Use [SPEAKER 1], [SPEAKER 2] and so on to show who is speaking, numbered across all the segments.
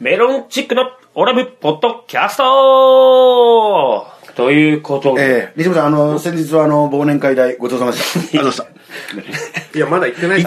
[SPEAKER 1] メロンチックのオラブポッドキャストということで、
[SPEAKER 2] ええ西村さん、あの、先日はあの、忘年会代、ごちそうさまで した。ありがとうございまし
[SPEAKER 3] いや、まだ行ってない。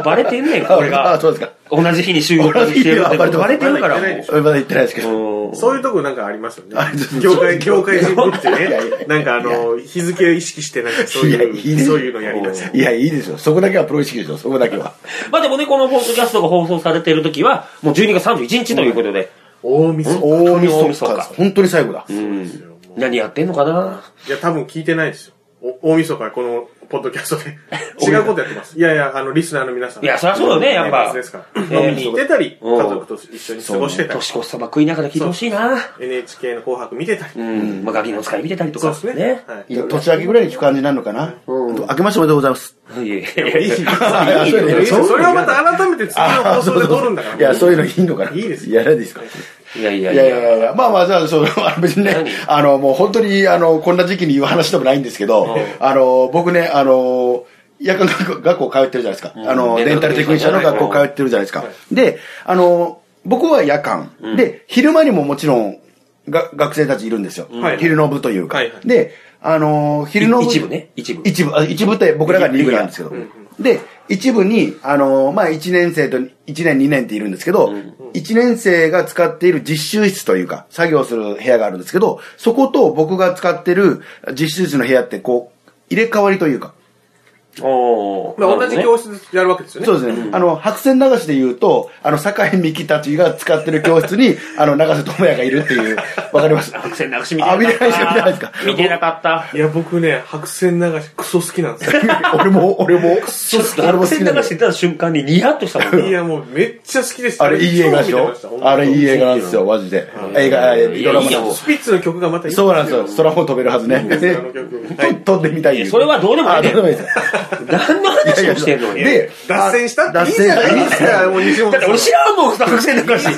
[SPEAKER 1] バレてんねん、
[SPEAKER 2] た。
[SPEAKER 1] これ
[SPEAKER 2] あ、
[SPEAKER 1] が。
[SPEAKER 2] そう ですか。
[SPEAKER 1] 同じ日に収録してるってことバ
[SPEAKER 2] バ
[SPEAKER 1] レ
[SPEAKER 2] レ
[SPEAKER 1] て
[SPEAKER 2] て
[SPEAKER 1] る
[SPEAKER 3] る
[SPEAKER 1] か
[SPEAKER 3] からら
[SPEAKER 1] も
[SPEAKER 2] まだ言ってないですけど。
[SPEAKER 1] う。うん
[SPEAKER 3] そういうとこなんかありますよね
[SPEAKER 2] あります。
[SPEAKER 3] 業界、業界人って
[SPEAKER 2] いやいやい
[SPEAKER 3] ね。
[SPEAKER 2] や
[SPEAKER 3] なんかあの、日付を意識してなんかそう
[SPEAKER 2] いやいい
[SPEAKER 3] い
[SPEAKER 2] ね
[SPEAKER 3] う、そういうのやります。
[SPEAKER 2] いや、いいですよ。そこだけはプロ意識でしょ、そこだけは。
[SPEAKER 1] まあでもね、このポッドキャストが放送されてる時は、もう12月31日ということで、
[SPEAKER 3] 大晦日。
[SPEAKER 2] 大
[SPEAKER 1] 大
[SPEAKER 2] 晦
[SPEAKER 1] 晦
[SPEAKER 2] 日
[SPEAKER 1] 日
[SPEAKER 2] です。本当に最後だ。
[SPEAKER 1] 何やってんのかない
[SPEAKER 3] や、多分聞いてないですよ。お大晦日、この、ポッドキャストで。違うことやってます。いやいや、あの、リスナーの皆さん。
[SPEAKER 1] いやそりゃそうだよねやっぱ
[SPEAKER 3] 年末ですか
[SPEAKER 1] えー
[SPEAKER 3] 飲みに行ってたり、
[SPEAKER 1] うん
[SPEAKER 3] 家族と一緒に過ごしてたり
[SPEAKER 1] 年、越しそば食いながら聞いてほしいな
[SPEAKER 3] NHK の紅白見てたり。
[SPEAKER 1] うん、まあ、ガキの使い見てたりとか、
[SPEAKER 3] そうですねはい
[SPEAKER 1] いろいろ
[SPEAKER 2] 年明けぐらいに聞く感じになるのかな。明けましておめでとうございます。
[SPEAKER 1] いやい
[SPEAKER 3] い
[SPEAKER 1] や
[SPEAKER 3] やいい
[SPEAKER 1] いや
[SPEAKER 3] です
[SPEAKER 2] あそういうの
[SPEAKER 3] いいですそれをまた改めて次の放送で撮るんだから。
[SPEAKER 2] いや、そういうのいいのかな。
[SPEAKER 3] いいです
[SPEAKER 2] やらないですか。
[SPEAKER 1] いやいや
[SPEAKER 2] いやいやいやいや、まあまあ、じゃあ、その、あの別にね
[SPEAKER 1] 何、
[SPEAKER 2] あの、もう本当に、あの、こんな時期に言う話でもないんですけど、あの、僕ね、あの、夜間学校学校通ってるじゃないですか。あの、
[SPEAKER 1] うん
[SPEAKER 2] デンタルテクニシャンの学校通ってるじゃないですか。で、あの、僕は夜間。で、昼間にももちろん、が学生たちいるんですよ。
[SPEAKER 3] はい
[SPEAKER 2] 昼の部というか。
[SPEAKER 3] はいはい
[SPEAKER 2] で、あの、昼の部。
[SPEAKER 1] 一部ね一部
[SPEAKER 2] 一部、あ一部って僕らが2部なんですけど。で、一部に、あのまあ、1年生と、1年、2年っているんですけど、一1年生が使っている実習室というか、作業する部屋があるんですけど、そこと僕が使ってる実習室の部屋って、こう、入れ替わりというか、
[SPEAKER 1] おー
[SPEAKER 3] まあ同じ教
[SPEAKER 1] 室。
[SPEAKER 3] 室でやるわけですよね。
[SPEAKER 2] そうですね。あの、白線流しで言うと、あの、酒井美紀たちが使ってる教室に、 あの、長瀬智也がいるっていう、わかります
[SPEAKER 1] 白線流し見て
[SPEAKER 2] あ、見てないですか、見てない
[SPEAKER 1] な
[SPEAKER 2] です
[SPEAKER 1] か
[SPEAKER 2] か
[SPEAKER 1] っ。た。見てなかった。
[SPEAKER 3] いや、僕ね、白線流し、クソ好きなんですよ。
[SPEAKER 2] 俺も、俺も、
[SPEAKER 1] ちょっと
[SPEAKER 2] 俺
[SPEAKER 1] 白
[SPEAKER 2] も好
[SPEAKER 1] 線
[SPEAKER 2] き
[SPEAKER 1] 流
[SPEAKER 2] なんだ
[SPEAKER 1] してた瞬間にニヤッとしたもん
[SPEAKER 3] い
[SPEAKER 1] ね。
[SPEAKER 3] や、もうめっちゃ好きです。
[SPEAKER 2] あれ、いい映画でし
[SPEAKER 3] 超見
[SPEAKER 2] ょ
[SPEAKER 3] てまた本当
[SPEAKER 2] あれ、いい映画なんですよ、マジで。映画、えド
[SPEAKER 1] いや
[SPEAKER 2] ラマなん
[SPEAKER 1] い
[SPEAKER 2] で
[SPEAKER 1] や
[SPEAKER 2] す。
[SPEAKER 3] スピッツの曲がまたいい
[SPEAKER 2] そうなんですよ。空も飛べるはずね。
[SPEAKER 3] ですよあの曲はい
[SPEAKER 2] 飛んでみた
[SPEAKER 1] いや
[SPEAKER 2] い。
[SPEAKER 1] それはどうでもいい
[SPEAKER 2] あ
[SPEAKER 1] ね
[SPEAKER 2] どうでもいいです。
[SPEAKER 1] 何の
[SPEAKER 2] いやい
[SPEAKER 1] 話
[SPEAKER 2] や
[SPEAKER 1] をしてんのに。
[SPEAKER 2] で、
[SPEAKER 3] 脱線したっていいじゃ
[SPEAKER 2] 脱
[SPEAKER 3] ない
[SPEAKER 2] 線
[SPEAKER 3] いいですか、もう西本
[SPEAKER 1] だって
[SPEAKER 3] さ
[SPEAKER 1] 俺
[SPEAKER 3] ん。
[SPEAKER 1] 知らんもん、白線流し。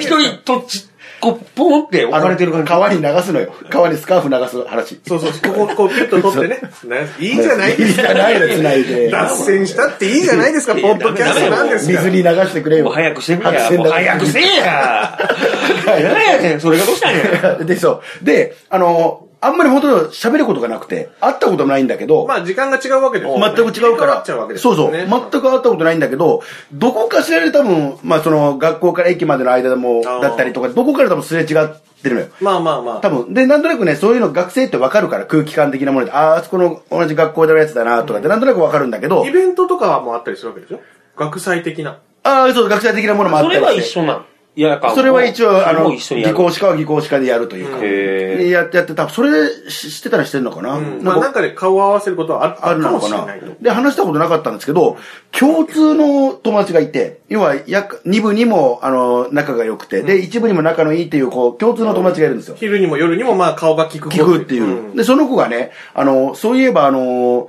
[SPEAKER 1] 一人とち、こう、ポンって置
[SPEAKER 2] あ
[SPEAKER 1] か
[SPEAKER 2] の
[SPEAKER 1] れてる感じ。
[SPEAKER 2] 川に流すのよ。川にスカーフ流す話。
[SPEAKER 3] そうそう、ここ、こう、ピュッと取ってね。ないいじゃない
[SPEAKER 2] い
[SPEAKER 3] で
[SPEAKER 2] い
[SPEAKER 3] す
[SPEAKER 2] じ
[SPEAKER 3] か。
[SPEAKER 2] ゃないの、つないで。
[SPEAKER 3] 脱線したっていいじゃないですか、
[SPEAKER 1] い
[SPEAKER 3] ポ
[SPEAKER 1] や
[SPEAKER 3] ッドキャストなんですから
[SPEAKER 2] 水。に流してくれよ。
[SPEAKER 1] もう早くしてくれ
[SPEAKER 2] 白
[SPEAKER 1] や。
[SPEAKER 2] 線
[SPEAKER 1] もう
[SPEAKER 2] 流し
[SPEAKER 1] 早くせえや。何やねん、それがどうしたんや。
[SPEAKER 2] で、そう。で、あの、あんまり本当に喋ることがなくて、会ったこともないんだけど、
[SPEAKER 3] まあ、時間が違うわけですよね。
[SPEAKER 2] 全く違うか
[SPEAKER 3] 変わ
[SPEAKER 2] ら
[SPEAKER 3] っちゃうわけ、です
[SPEAKER 2] そ
[SPEAKER 3] よ
[SPEAKER 2] うそう、
[SPEAKER 3] ね
[SPEAKER 2] 全く会ったことないんだけど、どこかしらで多分、まあその学校から駅までの間でも、
[SPEAKER 3] あー
[SPEAKER 2] だったりとか、どこから多分すれ違ってるのよ。
[SPEAKER 3] まあまあま
[SPEAKER 2] 多分、で、なんとなくね、そういうの学生ってわかるから、空気感的なもので、ああ、あそこの同じ学校でのやつだな、とかって、なんとなくわかるんだけど
[SPEAKER 3] あ。イ、ベントとかもあったりするわけでしょ学祭的な。
[SPEAKER 2] ああ、そう、学生的なものもあ
[SPEAKER 1] そ
[SPEAKER 2] った
[SPEAKER 1] れ
[SPEAKER 2] り
[SPEAKER 1] は
[SPEAKER 2] して。
[SPEAKER 1] 一緒なん。いや、
[SPEAKER 2] それは一応、あの、
[SPEAKER 1] 一緒にや
[SPEAKER 2] 技
[SPEAKER 1] る。
[SPEAKER 2] 工士科は技工士科でやるというか。
[SPEAKER 1] へー
[SPEAKER 2] でやってやって、多分それでししてたらしてんのかな。
[SPEAKER 3] うん
[SPEAKER 2] なん
[SPEAKER 3] ま
[SPEAKER 2] か
[SPEAKER 3] あ、なんかで顔を合わせることはある
[SPEAKER 2] ある
[SPEAKER 3] か
[SPEAKER 2] の
[SPEAKER 3] も
[SPEAKER 2] か
[SPEAKER 3] しれ
[SPEAKER 2] な
[SPEAKER 3] ないと。
[SPEAKER 2] で、話したことなかったんですけど、共通の友達がいて、要は、約、2部にも、あの、仲が良くて、で、1部にも仲のいいっていう、こう、共通の友達がいるんですよ。
[SPEAKER 3] 昼にも夜にも、まあ、顔が効く方
[SPEAKER 2] 聞くっていう。で、その子がね、あの、そういえば、あの、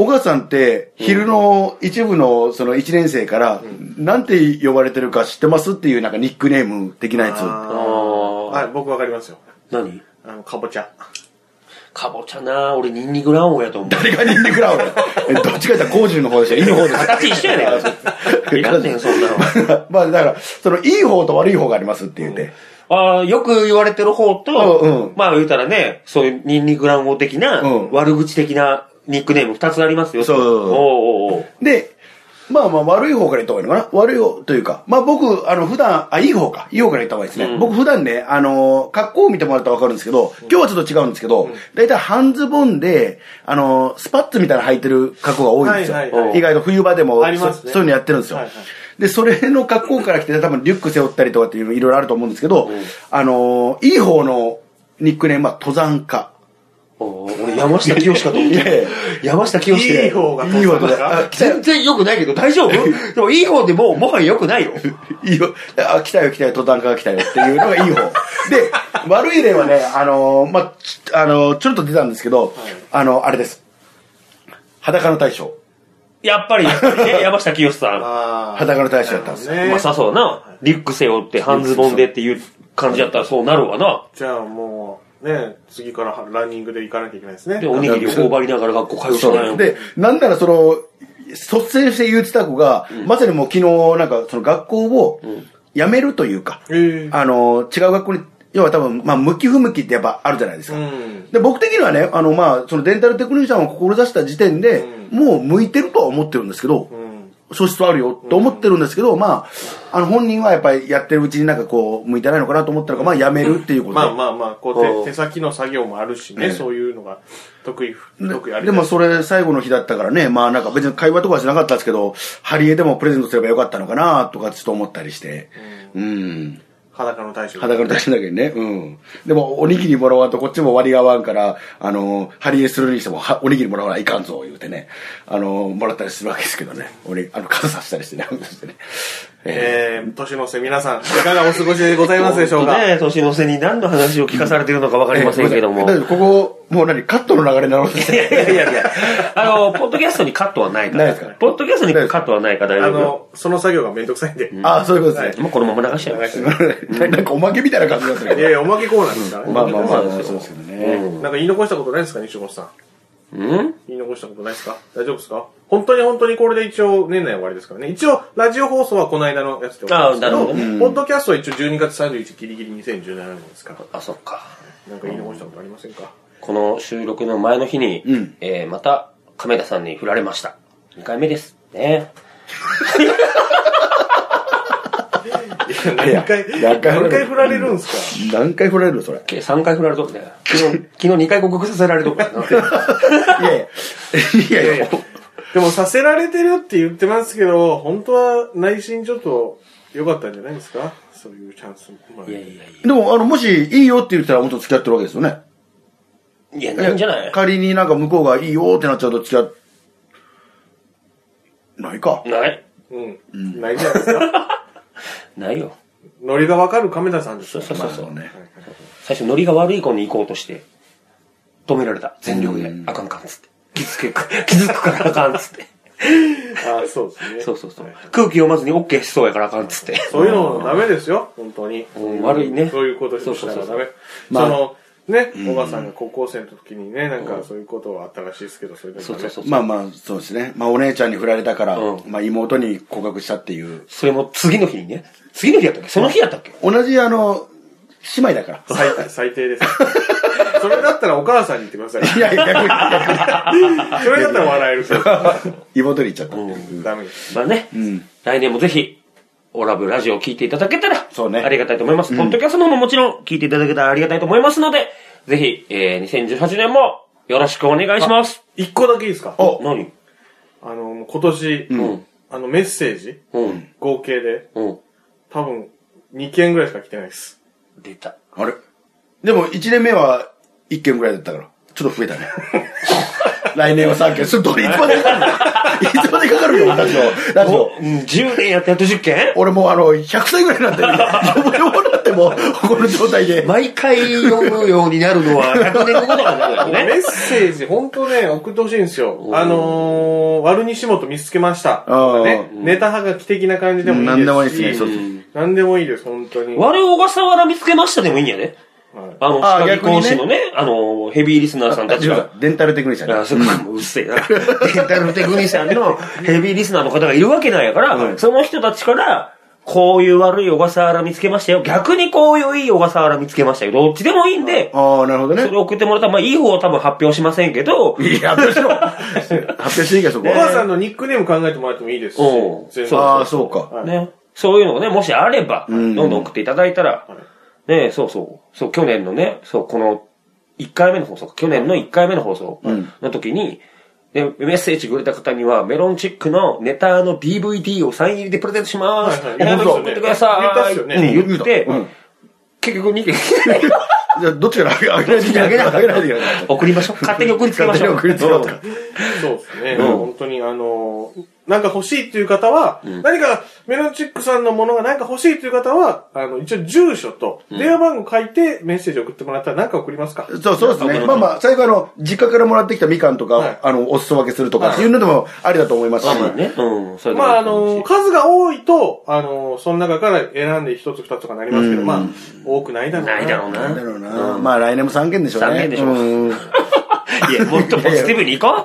[SPEAKER 2] 小川さんって、昼の一部の、その1年生から、なんて呼ばれてるか知ってますっていう、なんかニックネーム的なや
[SPEAKER 1] あ
[SPEAKER 2] つ。
[SPEAKER 3] あー
[SPEAKER 1] ー
[SPEAKER 3] はい、僕わかりますよ。
[SPEAKER 1] 何
[SPEAKER 3] あの、かぼちゃ。
[SPEAKER 1] かぼちゃな俺ニンニク卵黄やと思う。
[SPEAKER 2] 誰がニンニクラウンえどっちかって言ったら工事の方でしょ、いい方です。
[SPEAKER 1] 形一緒やねんから。いらんねん、そんなの。
[SPEAKER 2] まあだから、その、いい方と悪い方がありますって言って。
[SPEAKER 1] ああ、よく言われてる方と、
[SPEAKER 2] うんうん
[SPEAKER 1] まあ言うたらね、そういうニンニク卵黄的な、
[SPEAKER 2] うん
[SPEAKER 1] 悪口的なニックネーム二つありますよ。
[SPEAKER 2] そう
[SPEAKER 1] おうおうおう
[SPEAKER 2] で、まあまあ悪い方から言った方がいいのかな悪い方というか、まあ僕、あの普段、あ、いい方か。いい方から言った方がいいですね。僕普段ね、あのー格好を見てもらったらわかるんですけど、今日はちょっと違うんですけど、大、体、半ズボンで、あのースパッツみたいなの履いてる格好が多いんですよ。
[SPEAKER 3] はいはい
[SPEAKER 1] はい
[SPEAKER 2] 意外と冬場でも
[SPEAKER 3] あります
[SPEAKER 2] そ、
[SPEAKER 3] ね
[SPEAKER 2] そういうのやってるんですよ。
[SPEAKER 3] はいはい
[SPEAKER 2] で、それの格好から来て、多分リュック背負ったりとかっていうのいろいろあると思うんですけど、あのーいい方のニックネームは登山家。
[SPEAKER 1] おうおう俺山下清かと思っ
[SPEAKER 2] いやい
[SPEAKER 1] て
[SPEAKER 2] や。
[SPEAKER 1] 山下清
[SPEAKER 3] いい方が
[SPEAKER 2] いい方であ来た
[SPEAKER 1] 全然良くないけど大丈夫でもいい方でもうもはや良くないよ。
[SPEAKER 2] いいよ。あ、来たよ来たよ、登山家が来たよっていうのがいい方。で、悪い例はね、あのーまあ、ちあのーちょっと出たんですけど、あの、あれです。裸の大将。
[SPEAKER 1] やっぱり、 ね、山下清さん。
[SPEAKER 3] あ
[SPEAKER 2] 裸の大将だったんですよ。
[SPEAKER 3] ね
[SPEAKER 1] まあさそうな、リュック背負って半ズボンでっていう感じやったらそうなるわな。
[SPEAKER 3] じゃあもう、ね、次からはランニングで行かなきゃいけないですね
[SPEAKER 1] で、。おにぎりを頬張りながら学校通うしかない
[SPEAKER 2] そ
[SPEAKER 1] も
[SPEAKER 2] うんで、なんならその、率先して言ってた子が、まさにもう昨日、なんか、その学校を、辞めるというか、
[SPEAKER 3] ええ
[SPEAKER 2] あの、違う学校に、要は多分、まあ、向き不向きってやっぱあるじゃないですか。
[SPEAKER 3] うん
[SPEAKER 2] で、僕的にはね、あの、まあ、そのデンタルテクニシャンを志した時点で、もう向いてるとは思ってるんですけど、
[SPEAKER 3] うん
[SPEAKER 2] 素質はあるよと思ってるんですけど、まあ、あの、本人はやっぱりやってるうちになんかこう、向いてないのかなと思ったのが、まあ、やめるっていうことで。
[SPEAKER 3] まあまあまあ、こ
[SPEAKER 1] こ
[SPEAKER 3] う
[SPEAKER 1] う
[SPEAKER 3] 手手先の作業もあるし
[SPEAKER 2] え
[SPEAKER 3] ね、
[SPEAKER 2] え
[SPEAKER 3] そういうのが得意、得意あ
[SPEAKER 2] で
[SPEAKER 3] り
[SPEAKER 2] でも
[SPEAKER 3] ます。
[SPEAKER 2] それ最後の日だったからね、まあなんか別に会話とかはしなかったですけど、ハリエでもプレゼントすればよかったのかなとかちょっと思ったりして、うん。
[SPEAKER 3] 裸の大将。
[SPEAKER 2] 裸の大臣だけどね、うん。でもおにぎりもらわんとこっちも割り合わんから、あの、ハリエするにしてもはおにぎりもらわないかんぞ言うてね、あの、もらったりするわけですけどね、俺、あの、傘さしたりしてね、 なんかしてね。え
[SPEAKER 3] えー、年の瀬皆さん、いかがお過ごしでございますでしょ うか
[SPEAKER 1] ね年の瀬に何の話を聞かされてるのか分か
[SPEAKER 2] ー
[SPEAKER 1] りませんけども。
[SPEAKER 2] えーここ、もう何、カットの流れになろうとして
[SPEAKER 1] いやいやいやいや、あの、ポッドキャストにカットはないから。
[SPEAKER 2] ないですか
[SPEAKER 1] ポッドキャストにカットはないから
[SPEAKER 3] あ
[SPEAKER 1] 大丈夫。
[SPEAKER 3] の、その作業がめんどくさいんで。
[SPEAKER 2] ああ、そういうことですね。
[SPEAKER 1] もうこのまま流しちゃいます。
[SPEAKER 2] なんかおまけみたいな感じになってる
[SPEAKER 3] い
[SPEAKER 2] けど
[SPEAKER 3] やいや、おまけコーナーですからね。
[SPEAKER 2] まあまあま
[SPEAKER 1] そ
[SPEAKER 2] あまあ、そうう
[SPEAKER 1] で
[SPEAKER 2] ですす
[SPEAKER 1] よ
[SPEAKER 2] けどね。
[SPEAKER 3] なんか言い残したことないですか、西本さん。
[SPEAKER 1] うん
[SPEAKER 3] 言い残したことないですか大丈夫ですか本当に本当にこれで一応年内終わりですからね。一応、ラジオ放送はこの間のやつで終わりで
[SPEAKER 1] あーな
[SPEAKER 3] すけ
[SPEAKER 1] る
[SPEAKER 3] ど、
[SPEAKER 1] ほどね
[SPEAKER 3] ポッドキャストは一応12月31日ギリギリ2017年ですから。
[SPEAKER 1] あ、そっか。
[SPEAKER 3] なんか言い残したことありませんか
[SPEAKER 1] この収録の前の日に、
[SPEAKER 2] うん
[SPEAKER 1] えーまた亀田さんに振られました。2回目です。ね。
[SPEAKER 2] いや
[SPEAKER 3] 何回、
[SPEAKER 2] 何
[SPEAKER 3] 何
[SPEAKER 2] 回
[SPEAKER 3] 回振られるんですか
[SPEAKER 2] 何回振られるそれ。
[SPEAKER 1] 計3回振られとるね。 昨日、昨日2回告白させられとるからな。
[SPEAKER 2] いやいや。いやいやいや。
[SPEAKER 3] でもさせられてるって言ってますけど、本当は内心ちょっと良かったんじゃないですかそういうチャンスも。
[SPEAKER 1] いやいやい
[SPEAKER 2] でも、あの、もし、いいよって言ったら、本当付き合ってるわけですよね。
[SPEAKER 1] や。いや、ないんじゃない
[SPEAKER 2] 仮になんか向こうがいいよってなっちゃうと付き合っ、ないか。
[SPEAKER 1] ない。
[SPEAKER 3] うん。ないじゃないですか。
[SPEAKER 1] ないよ。
[SPEAKER 3] ノリがわかる亀田さんです
[SPEAKER 1] そ
[SPEAKER 3] よ
[SPEAKER 1] うそうそうそう。
[SPEAKER 2] まあね
[SPEAKER 1] 最初、ノリが悪い子に行こうとして、止められた。全力で。あかんあかんっつって。傷つけ、傷つくからあかんっつって。
[SPEAKER 3] ああ、そうですね。
[SPEAKER 1] そうそうそう
[SPEAKER 3] はい。
[SPEAKER 1] 空気読まずに OK しそうやからあかんっつって。
[SPEAKER 3] そういうのダメですよ、 本当に。
[SPEAKER 1] うん悪いね
[SPEAKER 3] そういうことしたら
[SPEAKER 1] そうそ
[SPEAKER 3] ダ
[SPEAKER 1] うそ
[SPEAKER 3] メ。
[SPEAKER 2] まあ
[SPEAKER 3] その、ね、おばさんが高校生の時にね、なんかそういうことはあったらしいですけど、それでも
[SPEAKER 1] そう
[SPEAKER 3] ダ
[SPEAKER 1] そう。そ
[SPEAKER 3] メ
[SPEAKER 1] う。
[SPEAKER 2] まあまあ、そうですね。まあ、お姉ちゃんに振られたから、
[SPEAKER 1] うん
[SPEAKER 2] まあ、妹に告白したっていう。
[SPEAKER 1] それも次の日にね。次の日やったっけその日やったっけ
[SPEAKER 2] 同じ、あの、姉妹だから。
[SPEAKER 3] 最低最低です。 それだったらお母さんに言ってください。
[SPEAKER 2] いやいや、逆に
[SPEAKER 3] それだったら笑えるけど。
[SPEAKER 2] 妹に言っちゃった。
[SPEAKER 3] ダメです。
[SPEAKER 1] まあね、来年もぜひ、オラブラジオを聞いていただけたら、
[SPEAKER 2] そうね
[SPEAKER 1] ありがたいと思います。ポッドキャストの方ももちろん聞いていただけたらありがたいと思いますので、ぜひ、えー、2018年もよろしくお願いします。
[SPEAKER 3] 一個だけいいですかあ
[SPEAKER 2] お、
[SPEAKER 1] 何
[SPEAKER 3] の、今年、
[SPEAKER 1] ん
[SPEAKER 3] あの、メッセージ、
[SPEAKER 1] うん、
[SPEAKER 3] 合計で、
[SPEAKER 1] うん。
[SPEAKER 3] 多分、2件ぐらいしか来てないです。
[SPEAKER 1] 出た。
[SPEAKER 2] あれでも、1年目は1件ぐらいだったから、ちょっと増えたね。 来年は3件。それ、どれいつまでかかるのいつまでかかるのラジオ。ラジオ。
[SPEAKER 1] うん、10年やってやっと10件
[SPEAKER 2] 俺もうあの、100歳ぐらいになってる。よぼよぼになってもう、この状態で。
[SPEAKER 1] 毎回読むようになるのは100年後とかだよ
[SPEAKER 3] メ
[SPEAKER 1] ね。
[SPEAKER 3] ッセージ、本当ね、送ってほしいんですよ。あのー、悪西本見つけました。
[SPEAKER 2] ああ
[SPEAKER 3] ね、ネタはがき的な感じでもいいですし。
[SPEAKER 2] うん何でもいいですねそうそう
[SPEAKER 3] 何でもいいです、本当に。は
[SPEAKER 1] 我
[SPEAKER 3] い
[SPEAKER 1] 小笠原見つけましたでもいいんやで。あの、
[SPEAKER 2] あ
[SPEAKER 1] 歯科
[SPEAKER 2] 逆に
[SPEAKER 1] 講
[SPEAKER 2] ね
[SPEAKER 1] 師のね、あの、ヘビーリスナーさんたちが。
[SPEAKER 2] デンタルテクニシャン
[SPEAKER 1] あ
[SPEAKER 2] ね。
[SPEAKER 1] そこもううっせえな。デンタルテクニシャンの ヘビーリスナーの方がいるわけなんやから、その人たちから、こういう悪い小笠原見つけましたよ。逆にこういういい小笠原見つけましたよ。どっちでもいいんで、
[SPEAKER 2] ああ、なるほど
[SPEAKER 1] それ
[SPEAKER 2] ね。
[SPEAKER 1] 送ってもらったら、まあいい方は多分発表しませんけど、
[SPEAKER 2] いや、発表しろ。発表していいか、そこ
[SPEAKER 3] お
[SPEAKER 2] は。
[SPEAKER 3] 母さんのニックネーム考えてもらってもいいですし
[SPEAKER 1] おう。
[SPEAKER 3] 全然
[SPEAKER 1] そう
[SPEAKER 2] ああ、そうか。
[SPEAKER 3] はい
[SPEAKER 1] ね、そういうのがね、もしあれば、どん
[SPEAKER 2] ん
[SPEAKER 1] どん送っていただいたら
[SPEAKER 3] はい、
[SPEAKER 1] ね、そうそう、そう、去年のね、そう、この、1回目の放送か、去年の1回目の放送の時に、で、メッセージくれた方には、メロンチックのネタの DVD をサイン入りでプレゼントします。
[SPEAKER 3] はいはい
[SPEAKER 1] お願いします
[SPEAKER 3] そうそう
[SPEAKER 1] 送ってください。
[SPEAKER 3] 言ったっすよね
[SPEAKER 1] うん言って
[SPEAKER 2] 言ったうん、
[SPEAKER 1] 結局2件
[SPEAKER 2] じゃあ、どっちからあげないといけない。あげないといけない。
[SPEAKER 1] 送りましょう。勝手に送りつけましょう。
[SPEAKER 2] 勝手に送りつけましょう
[SPEAKER 3] そうですね。
[SPEAKER 1] うん
[SPEAKER 3] 本当にあのー、なんか欲しいっていう方は、何かメロンチックさんのものが何か欲しいという方は、あの、一応住所と電話番号書いてメッセージ送ってもらったら何か送りますか。
[SPEAKER 2] そう、そうですね。まあまあ、最後あの、実家からもらってきたみかんと
[SPEAKER 3] はい
[SPEAKER 2] か、あの、お裾分けするとかっていうのでもありだと思いますし。
[SPEAKER 1] うんね。うん、それで
[SPEAKER 3] ま
[SPEAKER 1] もいい
[SPEAKER 3] あ、あ
[SPEAKER 1] と思う
[SPEAKER 3] の
[SPEAKER 1] し
[SPEAKER 3] ー、数が多いと、あのー、その中から選んで一つ二つとかなりますけど、まあ、多くないだろうな。
[SPEAKER 1] ないだろう
[SPEAKER 2] な
[SPEAKER 1] な。
[SPEAKER 2] んだろうな。まあ、来年も3件でしょうね。
[SPEAKER 1] 三件でしょう
[SPEAKER 2] うん
[SPEAKER 1] いや、もっとポジティブに行こ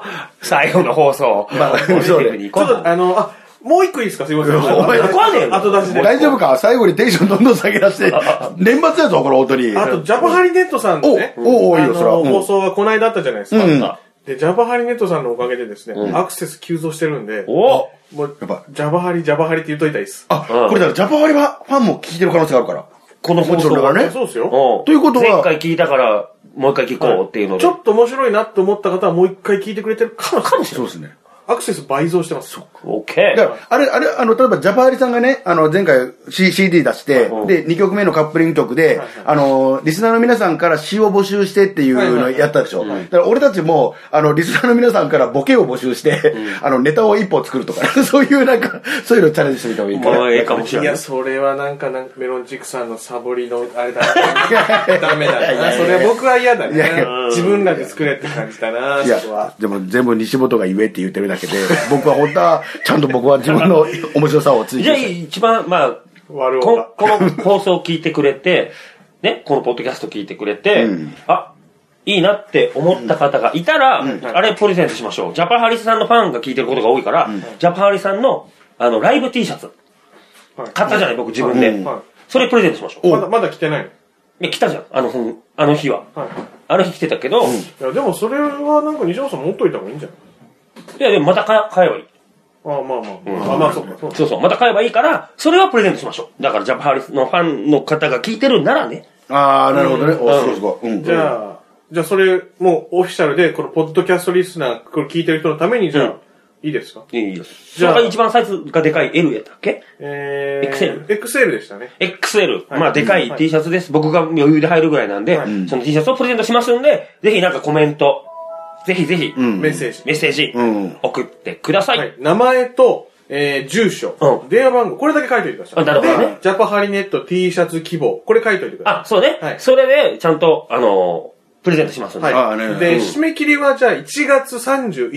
[SPEAKER 1] う。最後の放送。
[SPEAKER 2] ま
[SPEAKER 1] ポ
[SPEAKER 2] あ
[SPEAKER 1] ジティブに行
[SPEAKER 3] ちょ
[SPEAKER 1] こう。
[SPEAKER 3] っと、あの、あ、もう一個いいですかすいません。
[SPEAKER 2] お前
[SPEAKER 1] 怒んねえの
[SPEAKER 3] 後出しで。
[SPEAKER 2] 大丈夫か最後にテンションどんどん下げ出して。年末やぞ、これ、本当に。
[SPEAKER 3] あと、ジャパハリネットさんのね、
[SPEAKER 2] おおいいよそれは
[SPEAKER 3] あ
[SPEAKER 2] うん
[SPEAKER 3] の放送がこないだあったじゃないですか。
[SPEAKER 2] うん
[SPEAKER 3] で、ジャパハリネットさんのおかげでですね、アクセス急増してるんで、
[SPEAKER 1] お
[SPEAKER 3] もう
[SPEAKER 2] やっぱ、
[SPEAKER 3] ジャバハリ、ジャバハリって言っといたらいいです。
[SPEAKER 2] あ、これだから、ジャパハリはファンも聞いてる可能性があるから。
[SPEAKER 1] この放送
[SPEAKER 2] もちろんだね
[SPEAKER 3] そうですよ。
[SPEAKER 1] お
[SPEAKER 2] ということは
[SPEAKER 1] 前回聞いたから、もう一回聞こうっていうので。
[SPEAKER 3] ちょっと面白いなって思った方はもう一回聞いてくれてるかもしれない。
[SPEAKER 2] そうですね。
[SPEAKER 3] アクセス倍増してます。
[SPEAKER 1] オッケ
[SPEAKER 2] だから、あれ、あれ、あの、例えば、ジャパーリさんがね、あの、前回、C、CD 出して、
[SPEAKER 1] うん
[SPEAKER 2] で、2曲目のカップリング曲で、あの、リスナーの皆さんから詩を募集してっていうのをやったでしょ。だから、俺たちも、あの、リスナーの皆さんからボケを募集して、あの、ネタを一本作るとか、 そういうなんか、そういうのをチャレンジしてみた方がいいか
[SPEAKER 1] まあ
[SPEAKER 2] な。
[SPEAKER 1] ええかもしれ
[SPEAKER 3] い
[SPEAKER 1] ない
[SPEAKER 3] や、。それはなんか、なんかメロンチックさんのサボりの、あれだな。 ダメだな。それは僕は嫌だ
[SPEAKER 2] いやいや
[SPEAKER 3] な。自分らで作れって感じだな、
[SPEAKER 2] い
[SPEAKER 3] そこ
[SPEAKER 2] や
[SPEAKER 3] は。、
[SPEAKER 2] でも全部西本が言えって言ってるだけで、 僕は本当は、ちゃんと僕は自分の面白さを追
[SPEAKER 1] じゃ
[SPEAKER 2] 求
[SPEAKER 1] あ、
[SPEAKER 2] して。
[SPEAKER 1] 一番、まあ、
[SPEAKER 3] 悪
[SPEAKER 1] こ
[SPEAKER 3] お
[SPEAKER 1] ん
[SPEAKER 3] が。
[SPEAKER 1] この放送を聞いてくれて、ね、このポッドキャスト聞いてくれて、
[SPEAKER 2] うん
[SPEAKER 1] あ、いいなって思った方がいたら、あれプレゼントしましょう。ジャパハリスさんのファンが聞いてることが多いから、ジャパハリさんの、あの、ライブ T シャツ、
[SPEAKER 3] はい
[SPEAKER 1] 買ったじゃない、僕自分で、
[SPEAKER 2] うん
[SPEAKER 3] は
[SPEAKER 1] それプレゼントしましょう。
[SPEAKER 3] いまだ、まだ来てない
[SPEAKER 1] いや、来たじゃん、あの、ほんあの日は。
[SPEAKER 3] の。はい。
[SPEAKER 1] あの日来てたけど、い
[SPEAKER 3] いや、でもそれはなんか西本さん持っといた方がいいんじゃない
[SPEAKER 1] や、でもまた買買えばいい。
[SPEAKER 3] ああ、まあまあまあ。あ、まあそうか。そうか
[SPEAKER 1] そうそう、また買えばいいから、それはプレゼントしましょう。だから、ジャパハリスのファンの方が聞いてるならね、
[SPEAKER 2] あー、なるほどね。お、すごいすごい。うん
[SPEAKER 3] じゃあ、じゃあそれ、もうオフィシャルで、このポッドキャストリスナー、これ聞いてる人のために、じゃあ、
[SPEAKER 1] うん
[SPEAKER 3] いいですか
[SPEAKER 1] いいです。そ
[SPEAKER 3] じゃ
[SPEAKER 1] れ
[SPEAKER 3] あ
[SPEAKER 1] が一番サイズがでかい L やったっけ
[SPEAKER 3] え
[SPEAKER 1] XL
[SPEAKER 3] XL でしたね。
[SPEAKER 1] XL、
[SPEAKER 3] はい
[SPEAKER 1] まあでか
[SPEAKER 3] はい
[SPEAKER 1] い T シャツです。僕が余裕で入るぐらいなんで、
[SPEAKER 3] はい
[SPEAKER 1] その T シャツをプレゼントしますんで、ぜひなんかコメント、ぜひぜひ、
[SPEAKER 2] ん
[SPEAKER 3] メッセージ。
[SPEAKER 1] メッセージ
[SPEAKER 2] うん、
[SPEAKER 1] 送ってください。
[SPEAKER 3] はい。名前と、えー、住所、
[SPEAKER 1] うん
[SPEAKER 3] 電話番号、これだけ書いておいてください。
[SPEAKER 1] あなるほどね
[SPEAKER 3] でジャパハリネット T シャツ希望、これ書いておいてくだ
[SPEAKER 1] あ、そうね、
[SPEAKER 3] はい
[SPEAKER 1] それで、ちゃんと、あのープレゼントしますん
[SPEAKER 3] さ
[SPEAKER 1] で。
[SPEAKER 3] い。
[SPEAKER 2] ああ
[SPEAKER 3] は
[SPEAKER 2] ね
[SPEAKER 3] い。で、
[SPEAKER 2] うん
[SPEAKER 3] 締め切りはじゃあ1月31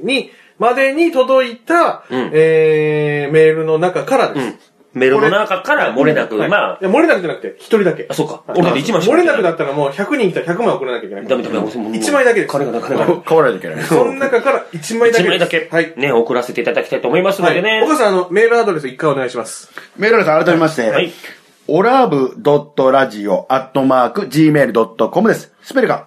[SPEAKER 3] 日に、までに届いた、
[SPEAKER 1] うん
[SPEAKER 3] えー、メールの中からです。
[SPEAKER 1] うんメールの中から漏れなく、
[SPEAKER 3] はい
[SPEAKER 1] まあ
[SPEAKER 3] い、や、漏れなくじゃなくて、一人だけ。
[SPEAKER 1] あ、そうか。
[SPEAKER 3] はい
[SPEAKER 1] 俺だって1枚しか
[SPEAKER 3] 漏れなくだ
[SPEAKER 1] っ
[SPEAKER 3] ったらもう100人来たら100枚送らなきゃいけない。
[SPEAKER 1] ダメダメ、俺もう。
[SPEAKER 3] 1枚だけです。
[SPEAKER 1] 金がなくなる。
[SPEAKER 2] 変わらないといけない。
[SPEAKER 3] その中から1枚だ
[SPEAKER 1] 1
[SPEAKER 3] けです。
[SPEAKER 1] 枚だけ、
[SPEAKER 3] はい。
[SPEAKER 1] ね、送らせていただきたいと思いますの
[SPEAKER 3] はい
[SPEAKER 1] でね。
[SPEAKER 3] 岡さん、あの、メールアドレス一回お願いします。
[SPEAKER 2] メールアドレス改めまして、
[SPEAKER 1] はい
[SPEAKER 2] オラブドットラジオアットマーク gmail.com です。スペルが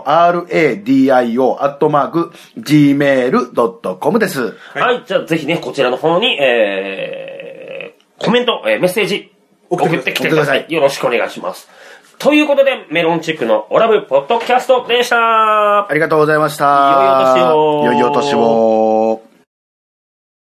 [SPEAKER 2] orabu.radio アットマーク gmail.com です。
[SPEAKER 1] はい、じゃあぜひね、こちらの方に、えー、コメント、えーメッセージ、
[SPEAKER 3] 送
[SPEAKER 1] 送
[SPEAKER 3] っ
[SPEAKER 1] ってて
[SPEAKER 3] ください
[SPEAKER 1] きてください。よろしくお願いします。ということで、メロンチックのオラブポッドキャストでした。
[SPEAKER 2] ありがとうございました。
[SPEAKER 1] 良いお年を
[SPEAKER 2] 良いお年を。